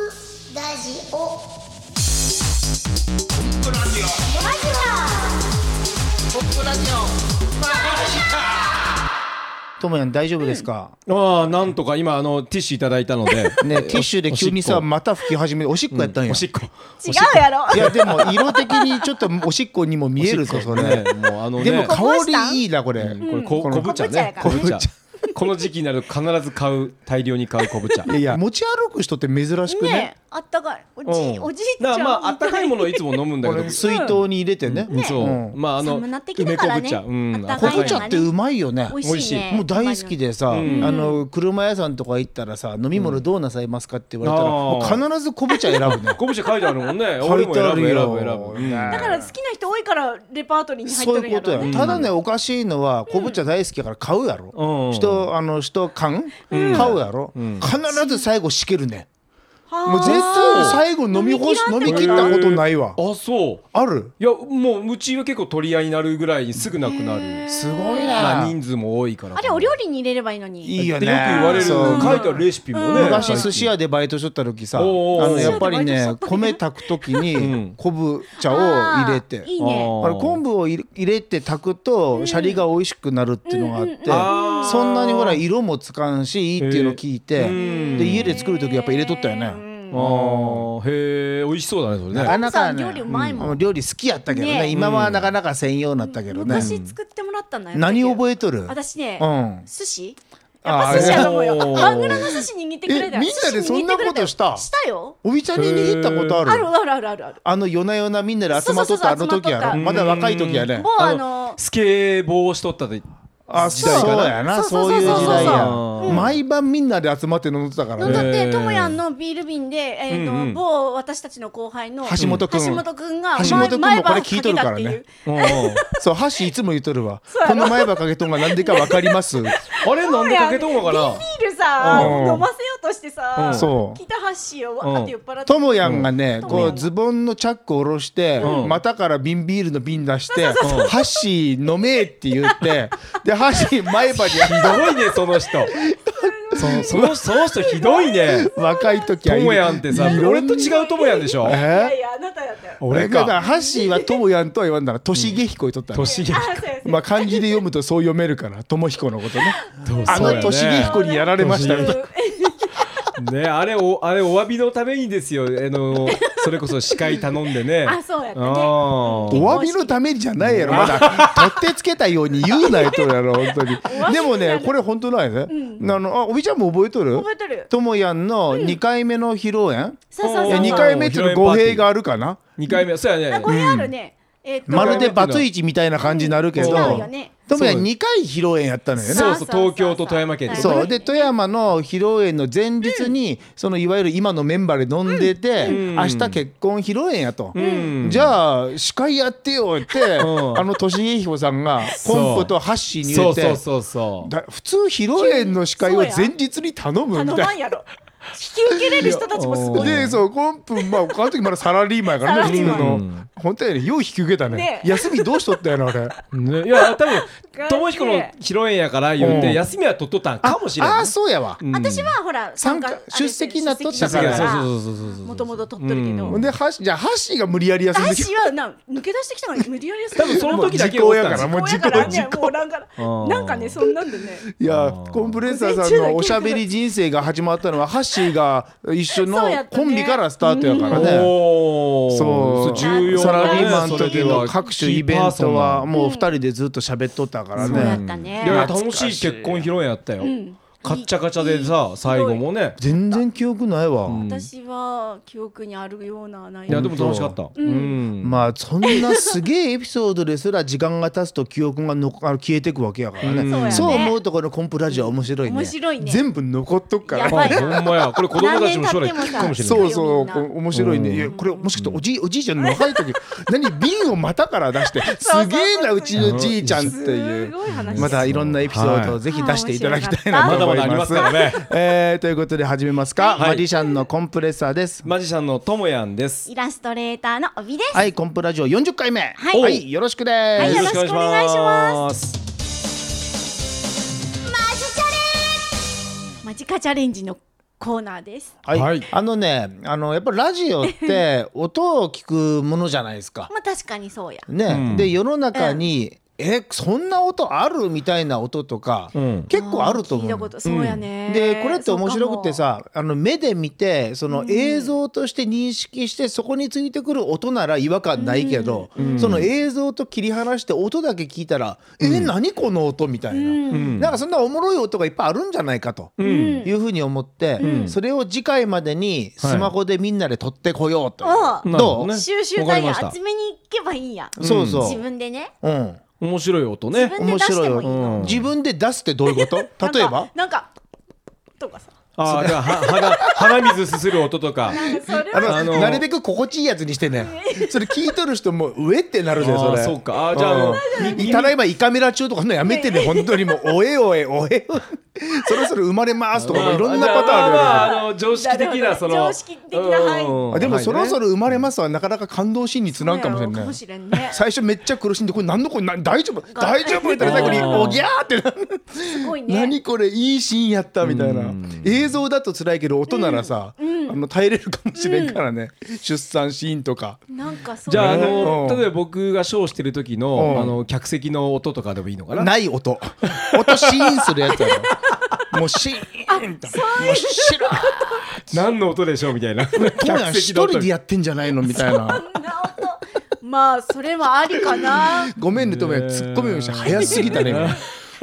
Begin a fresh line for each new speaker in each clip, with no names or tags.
ラジオ
ポップラジオ
ラジ
ポップラジオ
ともやん大丈夫ですか、
ああ、なんとか今、あの、ティッシュいただいたので。
ねティッシュで急にさまた拭き始めおしっこやったんや、
おしっこ。
違うやろ
いやでも色的にちょっとおしっこにも見えるぞそれ、
ね、もうあのね、
でも
こ
香りいいなこれ、
れ、こ、
この
昆布茶ね。
昆
布茶やから
昆布茶この時期になると必ず買う、大量に買う昆布茶。
いやいや持ち歩く人って珍しくね
ねえあったかいおじ,、
うん
おじいち
だか
ゃん
らまあ、あったかいものをいつも飲むんだ
こ
けど
れ。水筒に入れてね、
うんそう、
うん
まあ、あの、
寒なってきたからね
梅昆布茶うん、
あっ
昆
たかい
布茶ってうまいよね
美味しいね
もう大好きでさ、
ん
あの車屋さんとか行ったらさ飲み物どうなさいますかって言われたら、
うん
もう必ず昆布茶選ぶね
昆布茶書いてあるも んね。
書
俺
い
も
てあ
選ぶ、
る
選
よ
ぶ、選ぶ。うん
だから好きな人多いからレパートリーに入っ
そ
て
う
る
い
ん
う
や
ことや、
ろ、ね、
ただねおかしいのは昆布茶大好きやから買うやろ、
うん
人あの人缶、買うやろ、必ず最後しけるね、もう絶対最後飲み干し飲み切ったことないわ
あ、そう。
ある
いや、もう、うちは結構取り合いになるぐらいにすぐなくなる。
すごい
まあ、
な、
人数も多いから。
あれお料理に入れればいいの
い
に
いよ
って
ね
よく言われる
そう
書いてあるレシピもね
昔寿司屋でバイトしとった時さあ
おー
のやっぱり
寿司屋
ね
でバイトしとった時ね
米炊く時
うん
に昆布茶を入れて
あーいいね
あれ昆布を入れ入れて炊くとシャリが美味しくなるっていうのがあ
うん
ってそんなにほら色もつかんしいいっていうのを聞いて
うん
で家で作る時やっぱ入れとったよね
あーへえ美味しそうだねそれ
な
ね
かなかね
お父さん料理うまいもん
う料理好きやったけどね
ね
今はなかなか専用になったけどね
昔作ってもらったんだよ
何覚えとる
私ね、
うん
寿司やっぱ寿司やと思うよマグロの寿司握ってくれた
え
よ
みんなでそんなことした
したよ
おびちゃんに握ったことある
あるあるあるあるある
あの夜な夜なみんなで集まっとったあの
そうそうそ
時
う
やろ
集
まだ若い時やね
もうあの
スケボーしとったで
あ
時代かな
そうやな
そ
そうう
そう
いう
そうそう
時代や
う
毎晩みんなで集まって飲んでたから
飲んだ
ね
ってともやんのビール瓶で、えーと
うんうん
某私たちの後輩の
橋本君
橋本君が
橋本君も
前
これ
歯を
聞いとるからね
かけたっていう
そう箸いつも言うとるわ
そうや
こ
ろ
の前歯かけとんが何でか分かります
あれなんでかけとんのかな
ビールさ
うん
飲ませようとしてさ
うん
そう
来たハッシーをわーって酔っ払って
ともやんがね
うん
こうズボンのチャックを下ろして
うん
股から瓶ビールの瓶出して「箸飲め」って言ってで箸前歯にや
ひどいねその人そそのその人ひどいね
若い時
と
は
もやんってさ俺と違うともやんでしょ
い
え
やいやあなたやったよ
俺
だから
か
ハッシーはともやんとは言わんだら年下彦言っとったの
年が
あそうやそうや
まあ漢字で読むとそう読めるから智彦のことねあ
そうや
の
ね
年下彦にやられましたみたいな
ねあれおあれお詫びのためにですよあのそれこそ司会頼んでね
あそうやったね
あー
お詫びのためにじゃないやろまだ取ってつけたように言うなよとるやろ本当にでもねこれ本当なんやね、あのあおびちゃんも覚えとる
覚えとる
ともやんの2回目の披露宴、
そうそう
い
そ
や
う
2回目との語弊があるかな
二回目そうやね
これあるねえーと
まるでバツイチみたいな感じになるけど
違うよね
ともやん2回披露宴やったのよね
そうそう東京と富山県
はい
そうで富山の披露宴の前日に、そのいわゆる今のメンバーで飲んでて、
ん
明日結婚披露宴やと、
ん
じゃあ司会やってよって、
ん
あの俊英彦さんが
う
コンポとハッシーに入
そ
れ
う
て
そうそうそう
だ普通披露宴の司会を前日に頼む
頼
み
ま
たい
んやろ引き受けれる人たちもすご
ま
い
ん
でそうコンプまああの時まだサラリーマンやからね
サラリ
普
ー
通
マン
の
うん
本当やねよう引き受けたね
ね
休みどうしとったやろあれ
ね、いや多分
ガチ
友彦の披露宴やから言うて、
うん
休みは取っとったんかもしれん
あ
な
あ
い。
そうやわ、
私はほら
参加
参加
出席になっとった
そう
か
そう
ら
そうそうそうそう
もともと取っとるけど
ほんでハッシーじゃあハッシーが無理やり休んできた
私はな抜け出してきたから無理やりやす
多分その時だけおったんですよ
もう時
だ
効
か
やから
ら
もう時
ね
効
もうな
ん
んかなんかねそんなんでね
いやコンプレッサーさんのおしゃべり人生が始まったのはハッシーが一緒の
そうやったね
コンビからスタートやからね。
おー
そう
重要
サ
なね
ラリーマンの時の各種イベントは
うん
もう二人でずっと喋っとったから
そうやっ
ね
たね
いやいや楽しい結婚披露宴やったよ、カッチャカチャでさ最後もね
全然記憶ないわ、
私は記憶にあるようなない
いやでも楽しかったうん、
まあそんなすげえエピソードですら時間が経つと記憶がの こあの消えてくわけやからね、
うんそうや
ね
そう思うとこのコンプラジオは面白いね
面白いね
全部残っとくから
やばい
ほんまやこれ子供たちも将来聞くかもしれない
そうそう、
みんな
こう面白いね、いや、これもしかしておじい、おじいちゃんの若い時、 何瓶を股から出して、す
そうそう
げえな、うちのじいちゃんってい
す
う。
ごい話
またいろんなエピソード
は
を
い
ぜひ出していただきたいなと思います。
まだまだありますからね
えーということで始めますか、
はい
マジシャンのコンプレッサーです。
マジシャンのともやんです
イラストレーターの帯です
はい、コンプラジオ40回目。はいい、よろしくです。
はいよろしくお願いします
マジチャレ
マジカチャレンジの
コーナーです。
はい、
はい
あのねあのやっぱラジオって音を聞くものじゃないですか。
まあ確かにそうや。
ね、
ん
で世の中に、えそんな音あるみたいな音とか、
うん
結構あると
聞い
思
たこ。
う
とそうやね。
でこれって面白くてさあの目で見てその映像として認識してそこについてくる音なら違和感ないけど、その映像と切り離して音だけ聞いたら「え何この音」みたいな、なんかそんなおもろい音がいっぱいあるんじゃないかと。
そうかも。うん。
いうふうに思って、それを次回までにスマホでみんなで撮ってこようと、
あ
なる
ど
ほ
う、
どね
収集
わか
材
り
料
ました
集めに行けばいいんや。
そうそ
自
う、
分でね。
うん、
面白い音ね
自分で
面
出し
白
て
い
も
よ
いいの。
う ん
自分で出すってどういうこと例えば
なんかとかさ。
ああじゃあは鼻鼻水すする音とか
それ
あの、
あの
なるべく心地いいやつにしてね それ聞いとる人もうえってなるでそ
あ
れ
ーそうかあーじゃあもう
うんただいまイカメラ中とかそんなやめてね本当にもうおえおえおえ そろそろ生まれますとかもういろんなパターンあるよね
まあまああの常識的なその
常識的なはい
うん
あでもそろそ
はい
ろ
ね
生まれますはなかなか感動シーンにつなぐかもしれな
か
い
もしれんね。
最初めっちゃ苦しんでこれ何のこれ何大丈夫大丈夫みたいな最後に
あー
おぎゃーってなる
すごいね。
何これいいシーンやったみたいな映像だと辛いけど音ならさあの耐えれるかもしれんからね出産シーンとか
なんかそう。
じゃああ
う
の
ん
例えば僕がショーしてる時
うん
のあの客席の音とかでもいいのかな
ない 音音シーンするやつやろもうシーンともうシュラー
何の音でしょうみ たいな
友やん
客
一
席の音
人でやってんじゃないのみたいな
そんな音まあそれはありかな。
ごめんね友やんツッコミをして早すぎたね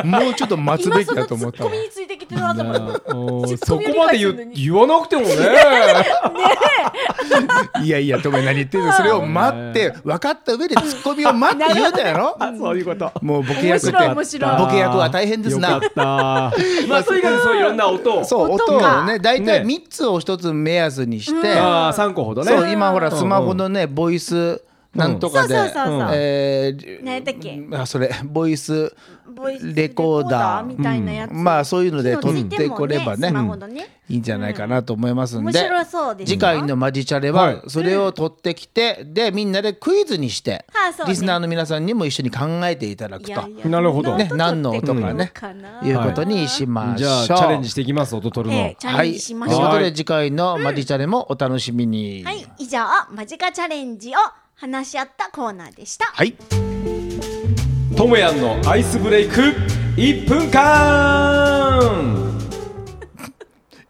今もうちょっと待つ
今
べき
そのツ
だと思っ
ッ
た
コ
わ
ミについてきてるなと思 って。
おー
ツッコ
そ
ミ
こ
より
まで
返すの
言
に
言わなくてもね
いやいや友やん何言ってんのそれを待って分かった上でツッコミを待って言うんだよ
あそういうこと
もうボケ役っ
面
て
白い面白い
ボケ役は大変ですな
よかったまあとにかくそういろんな音を
そう
音
音
か
をね大体
ね
3つを1つ目安にして、
ああ3個ほどね
そう今ほらスマホのね、ボイスなんとかで、
そうそうそうそう
えー
何やったっけ
あそれ ボイス
ボイス
レコーダー
レみたいなやつ。
まあそういうので撮
機能つい
って
もんね
こればね
スマホのね。
いいんじゃないかなと思いますん
面
で、
白そうですよ。
次回の「マジチャレ」
はい
はそれを撮ってきて、でみんなでクイズにして、
はいそうね
リスナーの皆さんにも一緒に考えていただく
い
と
やいや
なるほど
ね、何の音かね、いうことにしまし
じ
ょう。
ゃあチャレンジしていきます音取るの
ええチャレンジしましょう
はい、ということで次回の「マジチャレ」もお楽しみに。
はい、以上、マジカチャレンジを話し合ったコーナーでした。
はい
ともやんのアイスブレイク1分間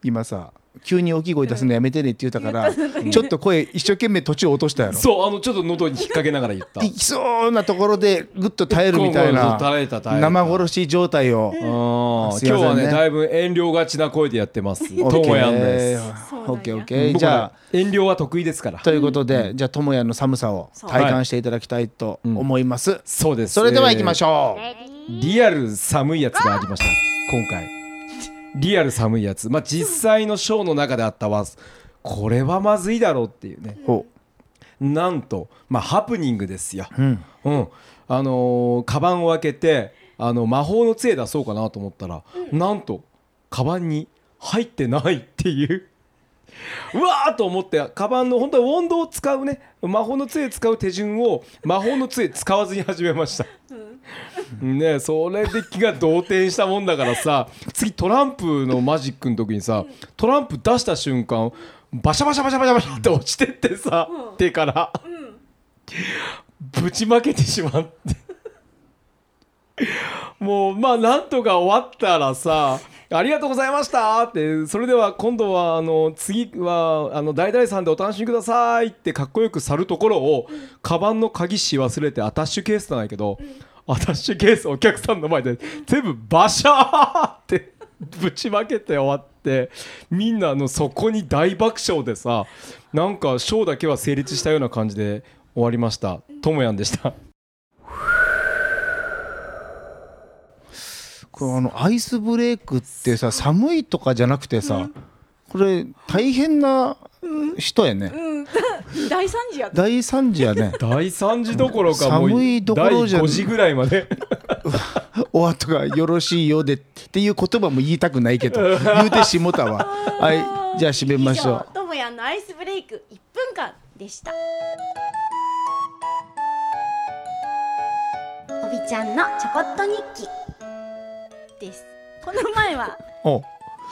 今さ急に大きい声出すのやめてねって言ったからちょっと声一生懸命途中落としたやろ
そうあのちょっと喉に引っ掛けながら言った
行きそうなところでぐっと耐えるみたい
ごめんご
な
めん耐えた耐えた
生殺し状態を
あー
すい
今
ま
日
せ
は
んね
ねだいぶ遠慮がちな声でやってますと
オッケー
もやんです
そうなんや
オッケーオッケー
僕
じゃ
は
あ
遠慮は得意ですから
ということでじゃあともやの寒さを
そう
体感していただきたいと思います
そうです
それでは行きましょ
リアル寒いやつがありました今回リアル寒いやつまあ実際のショーの中であったわこれはまずいだろうっていうね
うほ
なんとまあハプニングですよ
ううん
うん、あのーカバンを開けてあの魔法の杖出そうかなと思ったら、なんとカバンに入ってないっていう。 うわーと思ってカバンの本当はウォンドを使うね魔法の杖使う手順を魔法の杖使わずに始めました、ねえそれで気が動転したもんだからさ次トランプのマジックの時にさトランプ出した瞬間バシャバシャバシャバシャバシャって落ちてってさ、手から。ぶちまけてしまってもうまあなんとか終わったらさ「ありがとうございました」ってそれでは今度はあの次はあの誰々さんでお楽しみくださいってかっこよく去るところをカバンの鍵し忘れてアタッシュケースなんやけど、アタッシュケースお客さんの前で全部バシャーってぶちまけて終わってみんなあのそこに大爆笑でさなんかショーだけは成立したような感じで終わりましたともやんでした
これあのアイスブレイクってさ寒いとかじゃなくてさこれ大変な人やね
大惨事やった。
大惨事やね
大惨事どころかもう
寒いどころじゃ
第5時ぐらいまで
お後がよろしいようでっていう言葉も言いたくな いけど言うてしもたわはいじゃあ締めましょう
以上、ともやんのアイスブレイク1分間でした。おびちゃんのちょこっと日記です。この前は
お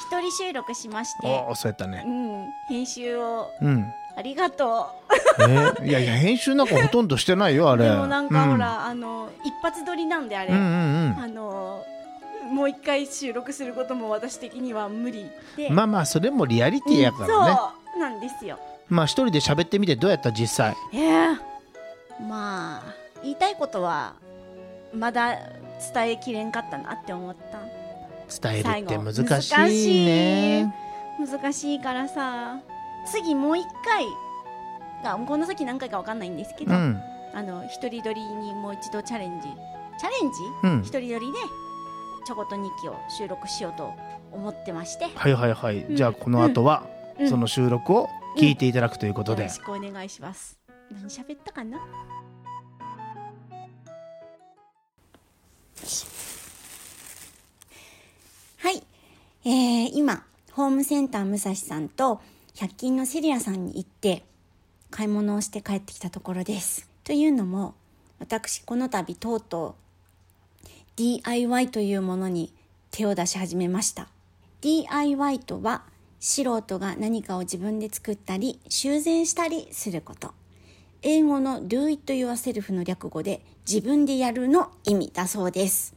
一人収録しまして
おおそうやった
う
ね
ん編集を
うん
ありがと
えーいやいや編集なんかほとんどしてないよあ
う
れ
でもなんかほら、あの一発撮りなんであれ、
うん、うんうん
あのもう一回収録することも私的には無理で、
うんまあまあそれもリアリティやからね
そうなんですよ
まあ一人で喋ってみてどうやった実際
ええまあ言いたいことはまだ伝えきれんかったなって思った
伝えるって難し
難
い
しい
ね
難しいからさ次もう一回がこの先何回かわかんないんですけど、
うん
あの一人撮りにもう一度チャレンジチャレンジ、
うん
一人撮りでちょこっと日記を収録しようと思ってましてよ
はいはいはい、
ん
じゃあこの後は、
うん
その収録を聞いていただくということで、
ろしくお願いします何喋ったかな
はい、えー、今ホームセンター武蔵さんと100均のセリアさんに行って買い物をして帰ってきたところですというのも私この度とうとう DIY というものに手を出し始めました DIY とは素人が何かを自分で作ったり修繕したりすること英語の do it yourself の略語で自分でやるの意味だそうです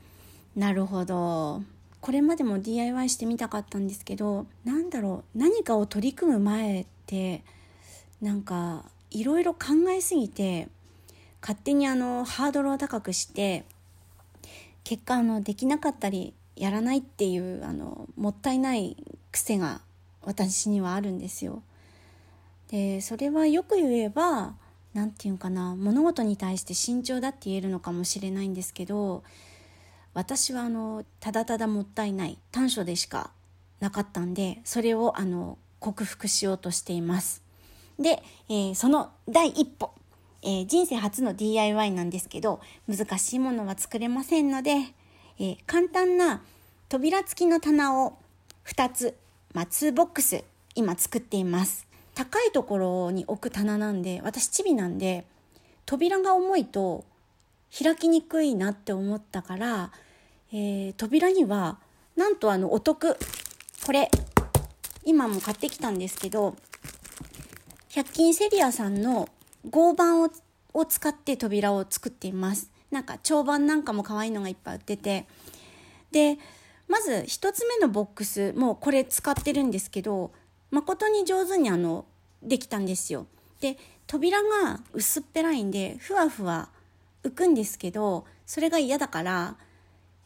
なるほどこれまでも DIY してみたかったんですけど何だろう何かを取り組む前ってなんかいろいろ考えすぎて勝手にあのハードルを高くして結果あのできなかったりやらないっていうあのもったいない癖が私にはあるんですよ。でそれはよく言えば何て言うんかな物事に対して慎重だって言えるのかもしれないんですけど私はあのただただもったいない短所でしかなかったんでそれをあの克服しようとしていますで、えーその第一歩、えー人生初の DIY なんですけど難しいものは作れませんので、えー簡単な扉付きの棚を2つ、まあ、2ボックス今作っています高いところに置く棚なんで私チビなんで扉が重いと開きにくいなって思ったから、えー扉にはなんとあのお得これ今も買ってきたんですけど100均セリアさんの合板をを使って扉を作っていますなんか長板なんかも可愛いのがいっぱい売っててでまず1つ目のボックスもうこれ使ってるんですけど誠に上手にあのできたんですよで扉が薄っぺらいんでふわふわ浮くんですけどそれが嫌だから、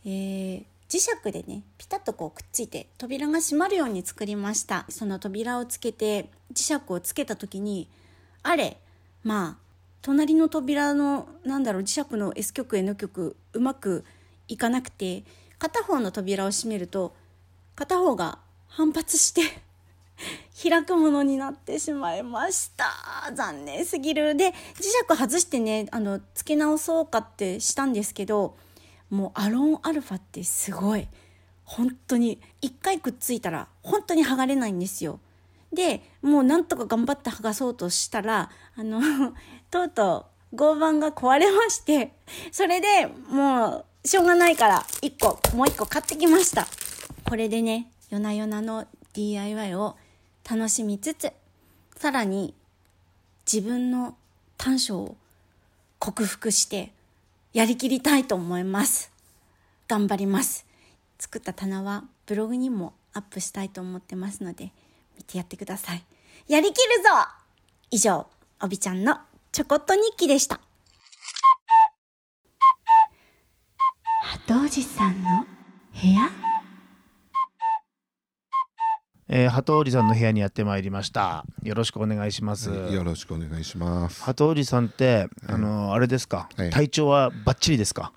えー磁石でねピタッとこうくっついて扉が閉まるように作りましたその扉をつけて磁石をつけた時にあれまあ隣の扉のなんだろう磁石の S 極 N 極うまくいかなくて片方の扉を閉めると片方が反発して開くものになってしまいました残念すぎるで磁石外してねあの付け直そうかってしたんですけどもうアロンアルファってすごい本当に一回くっついたら本当に剥がれないんですよでもうなんとか頑張って剥がそうとしたらあの とうとう合板が壊れましてそれでもうしょうがないから一個もう一個買ってきましたこれでね夜な夜なの DIY を楽しみつつさらに自分の短所を克服してやりきりたいと思います頑張ります作った棚はブログにもアップしたいと思ってますので見てやってくださいやりきるぞ以上おびちゃんのちょこっと日記でした鳩おじさんの部屋
えー、鳩織さんの部屋にやってまいりましたよろしくお願いします
よろしくお願いします。
鳩織さんって、あのあれですか、
はい
体調はバッチリですか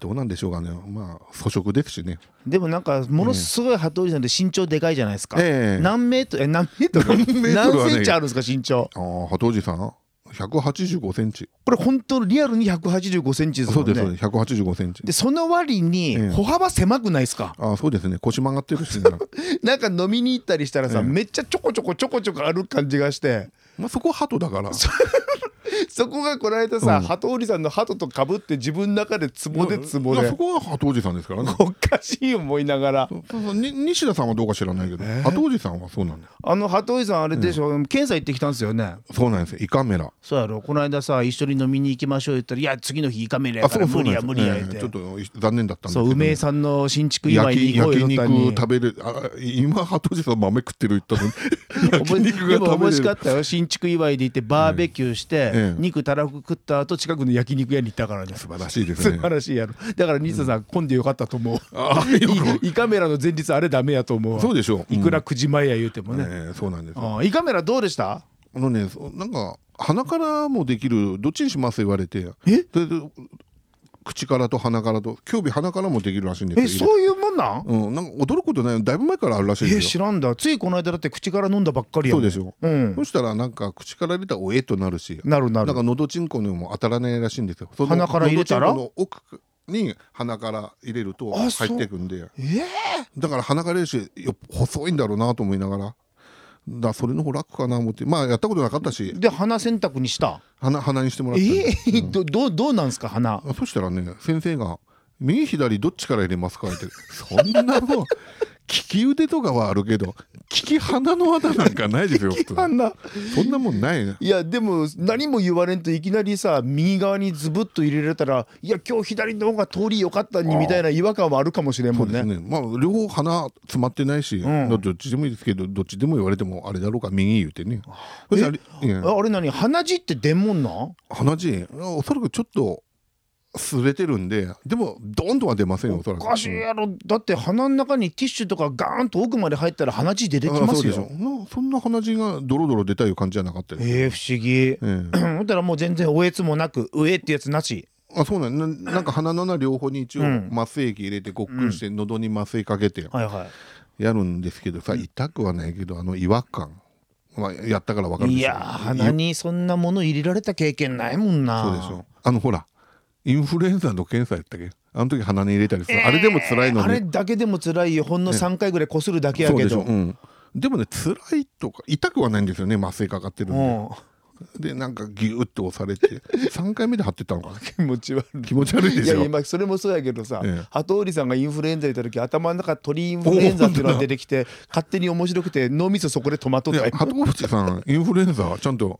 どうなんでしょうかね。まあ粗食ですしね。
でもなんかものすごい鳩織さんって身長でかいじゃないですか、
ええ
何メートルえ何メートル
何メートルは
何
ね
センチあるんですか身長
ああ、鳩おじさん、185センチ。
これ本当のリアルに185センチです
そ
も
う
ね
んですそうです。185センチ
で。その割に
ええ
歩幅狭くないですか、
ああ、そうですね。腰曲がってるしね。
なんか飲みに行ったりしたらさ、
ええ
めっちゃちょこちょこちょこちょこある感じがして
まあそこは鳩だから。
そこがこの間さ、鳩織さんの鳩とかぶって自分の中でツボでツボ
いや
で
そこは鳩おじさんですからね
おかしい思いながら
そうそうに西田さんはどうか知らないけど、鳩おじさんはそうなんだよ
あの鳩織さんあれでしょ、検査行ってきたんですよね
そうなんですよ胃カメラ
そうやろこの間さ一緒に飲みに行きましょう言ったら「いや次の日行かめりゃから
そ
無
う
理や
そう
無
なんで
理や」言っ
すええ
て
ちょっと残念だったんですけ
そ
ど
う梅井さんの新築祝いに
焼き
行こう
焼
よだ
肉
ったのに
食べるあ今鳩おじさん豆食って る言ったの
覚
に 焼
え
肉
でも
が
美味
食
し
べ
かっ
れる
たよ新築祝いで行ってバーベキューして、
ええ
肉たらふく食った後近くの焼肉屋に行ったからね素
晴らしいですね
素晴らしいやろだから西田さん、混んでよかったと思う
あよく
胃カメラの前日あれダメやと思うわ
そうでしょう
いくら
う
9時前や言うてもね、
ええそうなんですよ
あ胃カメラどうでした
あのねそうなんか鼻からもできるどっちにします言われて
え
それで口からと鼻からと胸尾鼻からもできるらしいんです
え
よ
そういうもんなん
うん、なんか驚くことないだいぶ前からあるらしい
え
です
知
よ。
らんだついこの間だって口から飲んだばっかりや
そ
も
うんでしょ、
うん
そしたらなんか口から入れたらおえっとなるし
なるなる
んか喉ちんこにも当たらないらしいんですよその
鼻から入れたら
喉ちんこの奥に鼻から入れると
あそう
入ってくんで
え
だから鼻から入れるしよっ細いんだろうなと思いながらだからそれの方楽かな思ってまあやったことなかったし
ーで鼻洗濯にした
鼻鼻にしてもら
え
ったんで
ー、 どどうどうなんすか鼻
あそしたらね先生が「右左どっちから入れますか?」って「そんな もう利き腕とかはあるけど利き鼻の穴なんかないですよ普通
あんな
そんなもんないね
いやでも何も言われんといきなりさ右側にズブッと入れられたらいや今日左の方が通り良かったにみたいな違和感はあるかもしれんもんね
ねまあ両方鼻詰まってないし、
ん
どっちでもいいですけどどっちでも言われてもあれだろうか右言うてねそしたらいや
ああれ何鼻血って出んもんなん
鼻血おそらくちょっと擦れてるんででもドーンとは出ませんよおそら
お
く
かしいやろだって鼻の中にティッシュとかガーンと奥まで入ったら鼻血出てき
あ
ま
そう
す
でしょ
よ
なそんな鼻血がドロドロ出たいう感じじゃなかったよ、
えー、不思議
ええ
ほんたらもう全然おえつもなく「うえ」ってやつなし
あそうなんななんか鼻の穴両方に一応
うん
麻酔液入れてごっくんして喉に麻酔かけて
はいは
やるんですけどさ痛くはないけどあの違和感、まあ、やったからわかる
い
でしょ
いやー鼻にそんなもの入れられた経験ないもんな
そうでしょあのほらインフルエンザの検査やったっけあの時鼻に入れたりする、あれでも辛いの
あれ
に
だけでも辛いよほんの3回ぐらいこするだけや
そう
け
でしょ、
ど
うん、でもね辛いとか痛くはないんですよね麻酔かかってるんで、でなんかギューって押されて3回目で張ってたのかな
気持ち悪い
気持ち悪いで
い
す
やい
よ
やまあそれもそうやけどさ、
ええ
鳩織さんがインフルエンザ言った時頭の中鳥インフルエンザっていうのが出てきて勝手に面白くて脳みそそこで止まっとっ
い
た
や
よ
鳩淵さんインフルエンザはちゃんと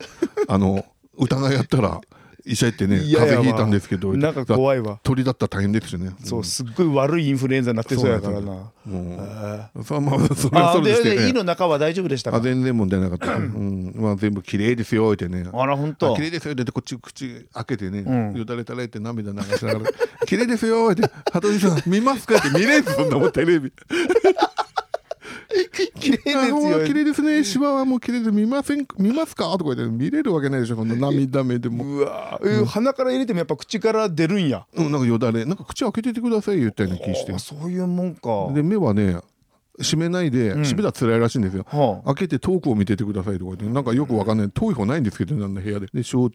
あの疑いやったら医者行ってね
いやい
風
や
邪ひいたんですけど
なんか怖いわ
鳥だったら大変ですしね
そうすっごい悪いインフルエンザになってそうやからな
うんそうまあそれは
あ
それ
で
でして
で胃
ね
の中は大丈夫でした
あ
か
全然問題なか った、うんまあ、全部綺麗ですよってね
あらほんと
あ綺麗ですよってこっち口開けてね、
うん
よだれ垂れて涙流しながら 「綺麗ですよ」って「鳩井さん見ますか?」って見れんぞそ んなもんテレビ
綺麗
あほんま
です
綺
よ
麗ですね芝はもう綺麗で見ません見ますか?」とか言って見れるわけないでしょこんな涙目でも
うわえー鼻から入れてもやっぱ口から出るんや
うん、なんかよだれなんか口開けててください言ったような気して
あそういうもんか
で目はね閉めないで閉めたら辛いらしいんですよ、
はあ
開けて遠くを見ててくださいとか言ってなんかよくわかんない遠い方ないんですけどなんだ部屋でで小腸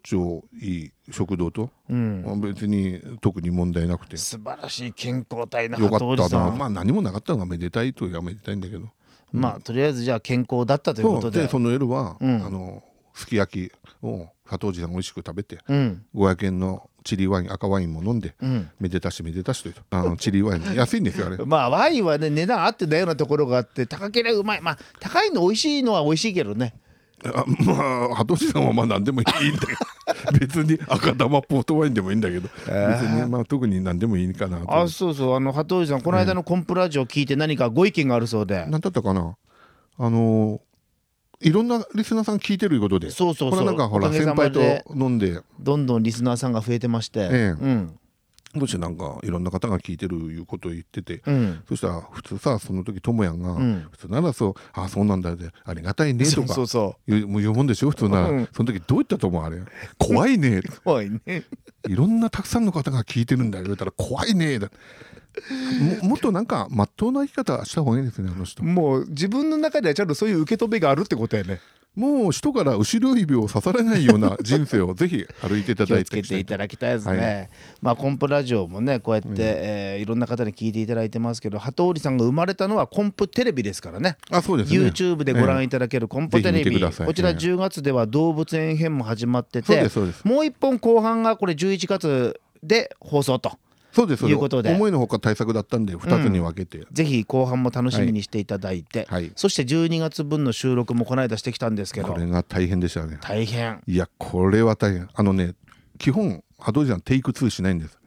いい食堂と、まあ別に特に問題なくて
素晴らしい健康体な
よ
鳩
か
織
った
さ
なんまあ何もなかったのがめでたいといえばめでたいんだけど
まあとりあえずじゃあ健康だったというこ
そ
と
うで
で
その夜は、
ん
あのすき焼きを加藤寺さん美味しく食べて、
うん
500円のチリワイン赤ワインも飲んで、
うん
めでたしめでたしというあのチリワイン安いんですよあれ
まあワインはね値段合ってないようなところがあって高ければうまいまあ高いの美味しいのは美味しいけどね
あまあ鳩氏さんはまあ何でもいいんだけど別に赤玉ポートワインでもいいんだけど、別にまあ特に何でもいいかなと
あそうそうあの鳩織さんこの間のコンプラジオ聞いて何かご意見があるそうで、
何だったかなあのーいろんなリスナーさん聞いてるいうことで
そうそうそう
これなんかほ
お
ら
かげ
先
さま
輩
で
と飲んで
どんどんリスナーさんが増えてまして、
ええ
うん
どうしてなんかいろんな方が聞いてるいうことを言ってて、
うん
そしたら普通さその時ともやんが、
ん
普通ならそう「あそうなんだ」で「ありがたいね」
そ
と
う
か
そうそ
言うもう言うもんでしょ普通なら、
うん
その時どう言ったと思うあれ「怖いね」
う怖いね
いろんなたくさんの方が聞いてるんだよ言われたら怖いねだももっとなんか真っ当な生き方した方がいいですねあの人
もう自分の中ではちゃんとそういう受け止めがあるってことやね
もう人から後ろ指を刺されないような人生をぜひ歩いていた
気
だ
を
い
つけ
て
ていただきたいですね。
は
まあコンプラジオもねこうやって、えーいろんな方に聞いていただいてますけど鳩織さんが生まれたのはコンプテレビですからね。
あそうですね
YouTube でご覧いただけるコンプテレ
ぜひ見
ビ、
てください
こちら
ええ
10月では動物園編も始まって
そうで
て
すそうです
もう一本後半がこれ11月で放送と。
そうですそうで
い
す
うことで
思いのほか対策だったんで2つに分けて、
ぜひ後半も楽しみにしていただいて、
はいはい
そして12月分の収録もこの間してきたんですけど
これが大変でしたね
大変
いやこれは大変あのね基本ハドジャンテイク2しないん です、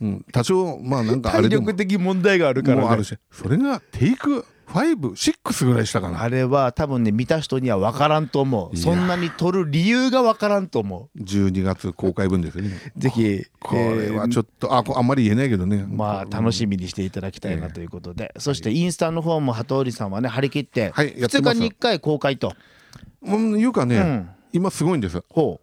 うん、多少まあなんかあれでも
的問題がある
もうあるしそれがテイク56ぐらいしたかな
あれは多分ね見た人には分からんと思う
いや
そんなに撮る理由が分からんと思
12月公開分ですね
うぜひ
これはちょ
っ
っと、あこあんまり言えないけどね
とまあ楽しみにしていただきたいなということで、そしてインスタの方も鳩織さんはね張り切って
はいやって
2
ま
日
す
に1回公開と、
うんいうかね、
うん
今すごいんです
ほう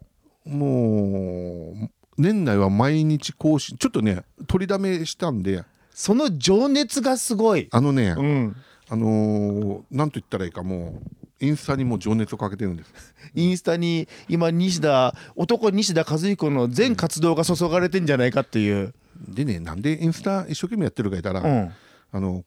もう年内は毎日更新ちょっとね取りだめしたんで
その情熱がすごい
あのね、
うん
あのーなんと言ったらいいかもうインスタにもう情熱をかけてるんです
インスタに今西田男西田和彦の全活動が注がれてんじゃないかっていう、
でねなんでインスタ一生懸命やってるか言ったら、
うん、
あの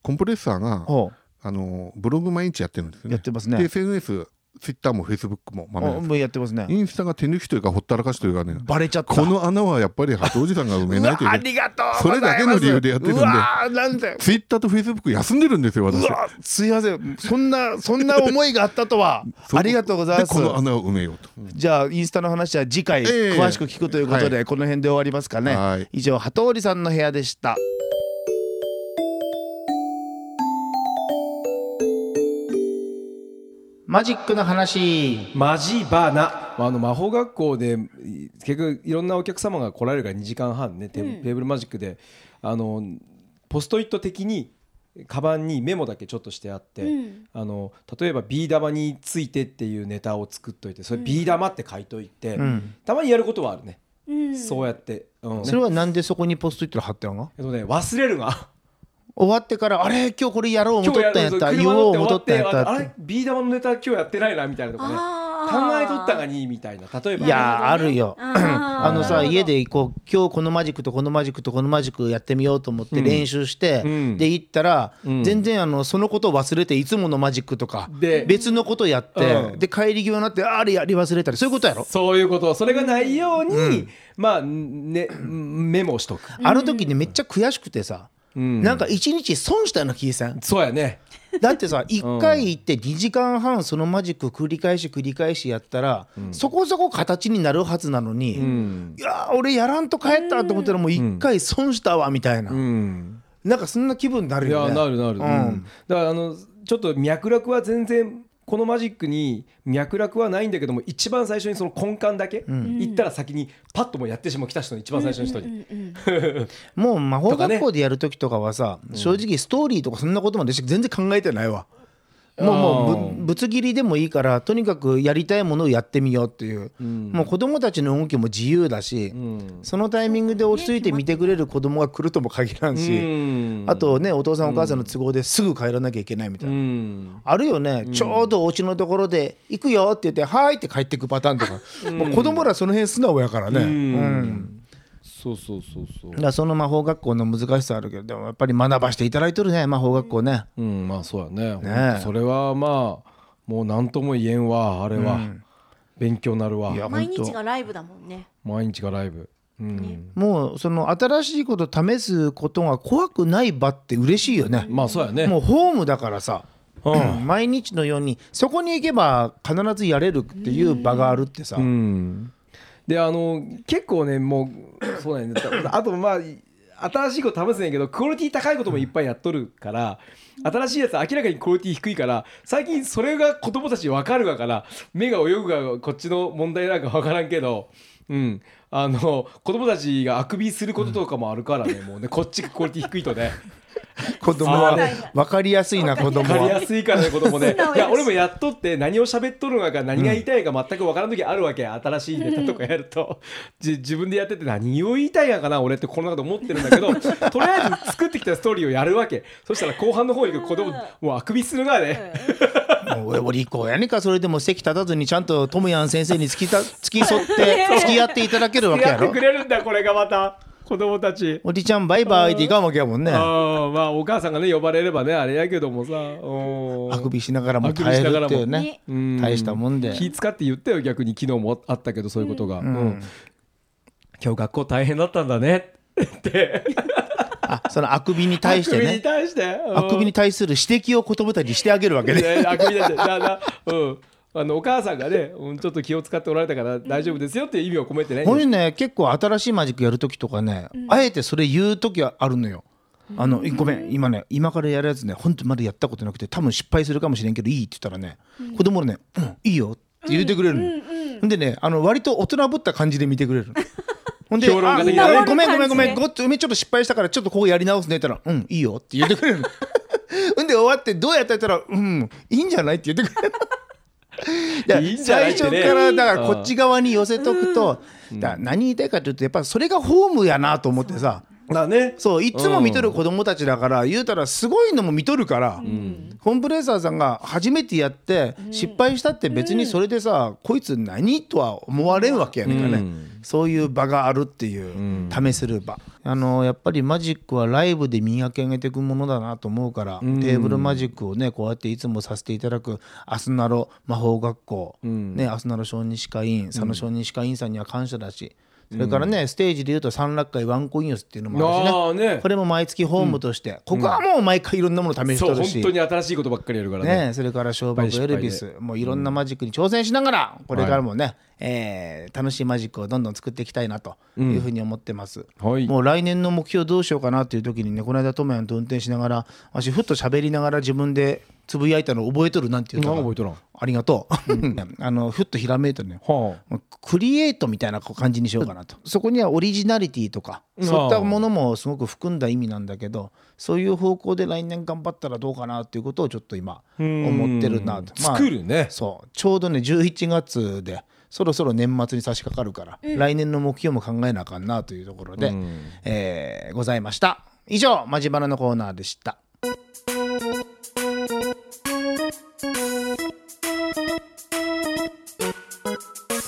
コンプレッサーが
ほ
あのブログ毎日やってるんです
う
よね
やってます
で
ね
SNS ツイッターもフェイスブックも
あ
まめです
もうやってますね
インスタが手抜きというかほったらかしというかね
バレちゃった
この穴はやっぱり鳩おじさんが埋めないという
わあ
けない
りがとう
それだけの理由でやってるんで
ございますうわーなんで
ツイッターとフェイスブック休んでるんですよ私
うわすいませんそんなそんな思いがあったと は
そこ
ありがとうございます
でこの穴を埋めようと
じゃあインスタの話は次回
ええ
詳しく聞くということで、
は
この辺で終わりますかね
はい
以上鳩織さんの部屋でしたマジックの話
マジバナあの魔法学校でい結局いろんなお客様が来られるから2時間半ねテーブ,、テーブルマジックであのポストイット的にカバンにメモだけちょっとしてあって、あの例えばビー玉についてっていうネタを作っといてそれビー玉って書いといて、
ん
たまにやることはあるね、そうやって、うんね
それはなんでそこにポストイット貼ってんの
えっとね忘れるが
終わってからあれ今日これやろう思っとったんやった
今日
言
やる
おう
車
思
乗
っ
って
とったんや
終わ
っ
ってあ
た
れあ
って
れビー玉のネタ今日やってないなみたいなとかね考えとったがにみたいな例えば
いやーあるよ
あ
あのさ
なるほど
家でこう今日このマジックとこのマジックとこのマジックやってみようと思って練習して、
うん
で行ったら、
ん
全然あのそのことを忘れていつものマジックとか
で
別のことやって、
うん
で帰り際になってあーあれやり忘れたりそういうことやろ、
そういうことそれがないように、まあねメモしとく、
あの時ねめっちゃ悔しくてさ、
うん
なんか一日損したような気がせん
そうやね
だってさ1回行って2時間半そのマジック繰り返し繰り返しやったら、そこそこ形になるはずなのに、いやー俺やらんと帰ったと思ったらもう1回損したわみたいな、
うん
なんかそんな気分になる
いや
よね。
なるなる、
う
うんんだからあのちょっと脈絡は全然このマジックに脈絡はないんだけども一番最初にその根幹だけ、言ったら先にパッともうやってしまう来た人の一番最初の人に、
もう魔法
とかね
学校でやる時とかはさ、正直ストーリーとかそんなことまで全然考えてないわ。もうもうぶぶつ切りでもいいからとにかくやりたいものをやってみようっていう、もう子供たちの動きも自由だし、そのタイミングで落ち着いて見てくれる子供が来るとも限らんし、
うん
あとねお父さんお母さんの都合ですぐ帰らなきゃいけないみたいな、
うん
あるよね、ちょうどお家のところで「行くよ」って言って「はーい」って帰ってくパターンとか、もう子供らその辺素直やからね。うん
そうそうそうそう
だからその魔法学校の難しさあるけどでもやっぱり学ばしていただいとるね魔法学校ね、
うんまあそうやね
え
ほんとそれはまあもう何とも言えんわあれは、勉強なるわ
いや
毎
本
日
当
がライブだもんね
毎日がライブ、うん
もうその新しいこと試すことが怖くない場って嬉しいよね、
まあそうやね
もうホームだからさ、
うん
うん毎日のようにそこに行けば必ずやれるっていう場があるってさ、
うん、であの結構ねもうそうなんだよあとまあ新しいこと試すんやけどクオリティ高いこともいっぱいやっとるから新しいやつ明らかにクオリティ低いから最近それが子供たち分かるがから目が泳ぐがこっちの問題なんか分からんけど。うん、あの子供たちがあくびすることとかもあるからね、もうねこっちがクオリティ低いとね
子供は分かりやすいな子供
分かり
は
やすいからね子供ね
素直
い
やし
や俺もやっとって何を喋っとるのか何が言いたいか全く分からん時あるわけ新しいネタとかやるとじ自分でやってて何を言いたいんやかな俺ってこの中で思ってるんだけど とりあえず作ってきたストーリーをやるわけそしたら後半の方に行く子供もうあくびするがね
俺俺以降やねんかそれでも席立たずにちゃんとトムヤン先生に 付きた付き添って付き合っていただけるわけや
やって
ろ
くれるんだこれがまた子供たち
おじちゃんバイバイっていかんわけやもんねあ
ああまあお母さんがね呼ばれればねあれやけどもさうん
くびしながらも耐えるっていう
あ
ね
うん
大したもんで
気使って言ったよ逆に昨日もあったけどそういうことが、うん今日学校大変だったんだねって
あそのあくびに対して
あくびに
ね
対してうん
あくびに対する指摘を子供たちにしてあげるわけね
ねあくびだってだだうんあのお母さんがね、うん、ちょっと気を使っておられたから大丈夫ですよっていう意味を込めてね、
これね結構新しいマジックやる時とかね、あえてそれ言う時はあるのよ。あのごめん今ね今からやるやつね本当にまだやったことなくて多分失敗するかもしれんけどいいって言ったらね、子供のね「うんいいよ」って言ってくれるの、ほんでねあの割と大人ぶった感じで見てくれる のほんで「
評論家的なね
あごめんごめんごめんごっつ梅ちょっと失敗したからちょっとここやり直すね」って言ったら「うんいいよ」って言ってくれる のほんで終わってどうやったら言ったら「うんいいんじゃない?」って言ってくれるだから
いいんじゃない
最
ってね
初からだからこっち側に寄せとくと、だから何言いたいかというとやっぱそれがホームやなと思ってさ
だね
そういつも見とる子供たちだから、言うたらすごいのも見とるから、コンプレッサーさんが初めてやって失敗したって別にそれでさ、こいつ何とは思われんわけやねんからね、
うん
そういう場があるっていう、試せる場あのやっぱりマジックはライブで磨き上げていくものだなと思うから、テーブルマジックをねこうやっていつもさせていただくアスナロ魔法学校、ねアスナロ小児歯科医院佐野小児歯科医院さんには感謝だし。それからね、ステージでいうと三楽会ワンコイン寄せっていうのもあるしね
あーね
これも毎月ホームとして、ここはもう毎回いろんなもの試し
そ
と
う
る
本
し、
当に新しいことばっかりやるからね
ね、それから小爆エルビ
失
スもういろんなマジックに挑戦しながらこれからもね、えー楽しいマジックをどんどん作っていきたいなというふうに思ってます、
はい
もう来年の目標どうしようかなっていう時にねこの間トモヤンと運転しながら私ふっと喋りながら自分でつぶやいたの覚えとるなんていう
何
の
覚えとらん
ありがとう、 あのふっとひらめいたね、
はあ
もうクリエイトみたいな感じにしようかなとそこにはオリジナリティとか
うん
そういったものもすごく含んだ意味なんだけどそういう方向で来年頑張ったらどうかなっていうことをちょっと今思ってるなと、まあ
作るね
そうちょうどね11月でそろそろ年末に差し掛かるから、来年の目標も考えなあかんなというところで、えーございました以上「マジバナ」のコーナーでした。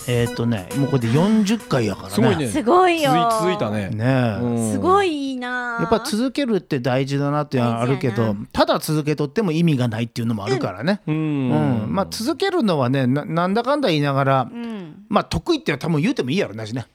えっ、とねもうこれで40回やからね
すごいね
すごいよー
続い続いたね
ねえ、
うん
すごいいいなー
やっぱ続けるって大事だなっていうのはあるけ
大事や
どただ続けとっても意味がないっていうのもあるからね、
うん
うんまあ続けるのはねななんだかんだ言いながら、
うん
まあ得意って多分言うてもいいやろなしね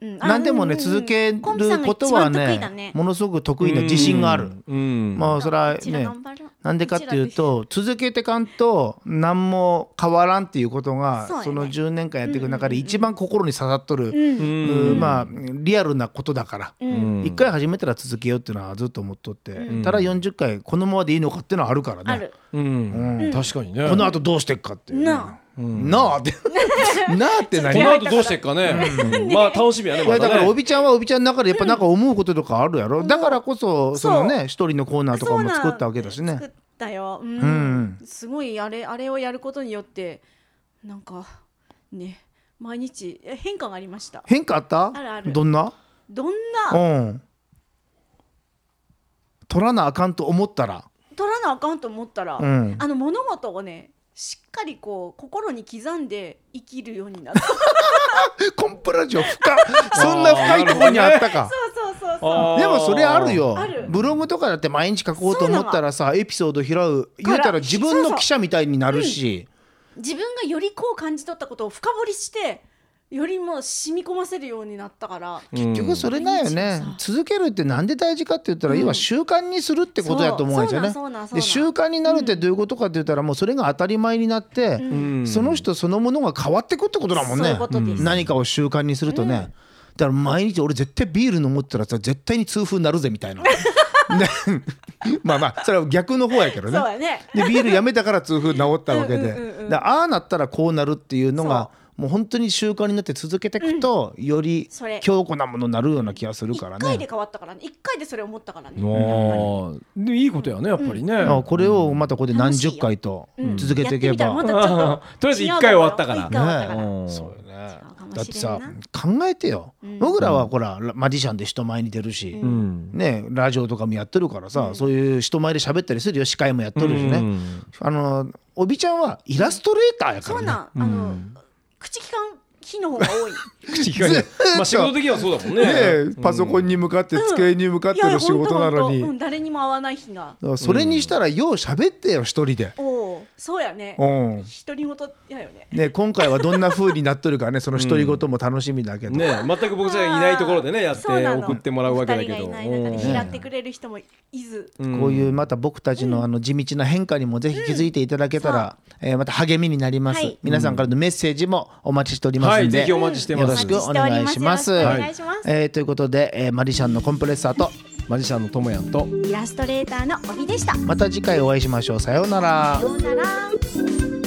うんあ
何でもね
うん
続ける
コンビさんが
ことは
一番得
ね
意だね
ものすごく得意な自信がある、
うん
まあそれは
うちら
ね
頑張る
なんでかっていうと続けてかんと何も変わらんっていうことが
そうやね
その10年間やっていく中で一番心に刺さっとる、
うん
うんまあリアルなことだから。
うん
一回始めたら続けようっていうのはずっと思っとって、ただ40回このままでいいのかっていうのはあるから
あ
ね
る
うん確かにね
この後どうしてっかっていうね、
な
なあってなあって何
この後どうしてっかねうん まあ楽しみやね
いや
ま
だ
た
からお
ね
びちゃんはおびちゃんの中でやっぱなんか思うこととかあるやろ、だからこそそのね一人のコーナーとか
そう
も
なん
作ったわけだし
作
ね
ったよ、うん
ん
すごいあれあれをやることによってなんかね毎日え変化がありました
変化あった
あるある
どんな
どん
う
なん
取らなあかんと思ったら
取らなあかんと思ったら、
うん
あの物事をねしっかりこう心に刻んで生きるように なったそう
コンプラジオ深っ そんな深いところにあったか
そうそうそう
あー
でもそれあるよ
ある
ブログとかだって毎日書こうと思ったらさエピソード拾う言うたら自分の記者みたいになるし
自分がよりこう感じ取ったことを深掘りしてよりもう染み込ませるようになったから
うん
結局それだよね続けるってなんで大事かって言ったら要は習慣にするってことだと思うんですよね
そうそうなんそうなんそうな
で
ん
習慣になるってどういうことかって言ったらもうそれが当たり前になって
ん
その人そのものが変わってくってことだもん
そうい
ね
うことです
何かを習慣にするとねだから毎日俺絶対ビール飲もうってたらさ絶対に痛風になるぜみた いなねまあまあそれは逆の方やけどね
そうやね
でビールやめたから痛風治ったわけで
うんうんうんうん
でああなったらこうなるっていうのがもう本当に習慣になって続けていくと、より
それ
強固なものになるような気がする
一
から
回で
ね。
変わったからね一回でそれ思ったからね
ああでいい ことやねやっぱりね
あこれをまたここで何十回と続けてい
やって
けば、
みたらまたちょっ
とりあえず一回終わったから
一回終わったから
ね
うん
そうよね
あ頑張
かも
だって
しれ
さ
んな
考えてよ、
うん
僕らはほらラマジシャンで人前に出るし、
うん
ねラジオとかもやってるからさ、そういう人前で喋ったりするよ司会もやってるしね、
うん
あのおびちゃんはイラストレーターやか
そう
らね
なんあの口きかん木の方 が多い
口利かないまあ仕事的にはそうだもんね
ねパソコンに向かって机に向かって
いやいや
る仕
ほんと
事なのに
ほんとうん誰にも会わない日が
だからそれにしたらよう喋ってよ一人で、
おおそうやね
うん
独り言やよね
ね、今回はどんな風になっとるか ねその独り言も楽しみだけど、
ね全く僕じゃいないところでねやって
そうなの
送ってもらうわけだけど
二人がいない中で
うん
拾ってくれる人もいず
ん
こういうまた僕たちのあの地道な変化にもぜひ気づいていただけたら、えーまた励みになります、
はい
皆さんからのメッセージもお待ちしております
は
の
い
で、
ぜひお待ちして
よ
ま
ろ
す
しくお願いします。
お
待
願いします
えーということで、えーマリシャンのコンプレッサーと
マジシャンのともやんと
イラストレーターの帯でした
また次回お会いしましょう。さようなら。
さようなら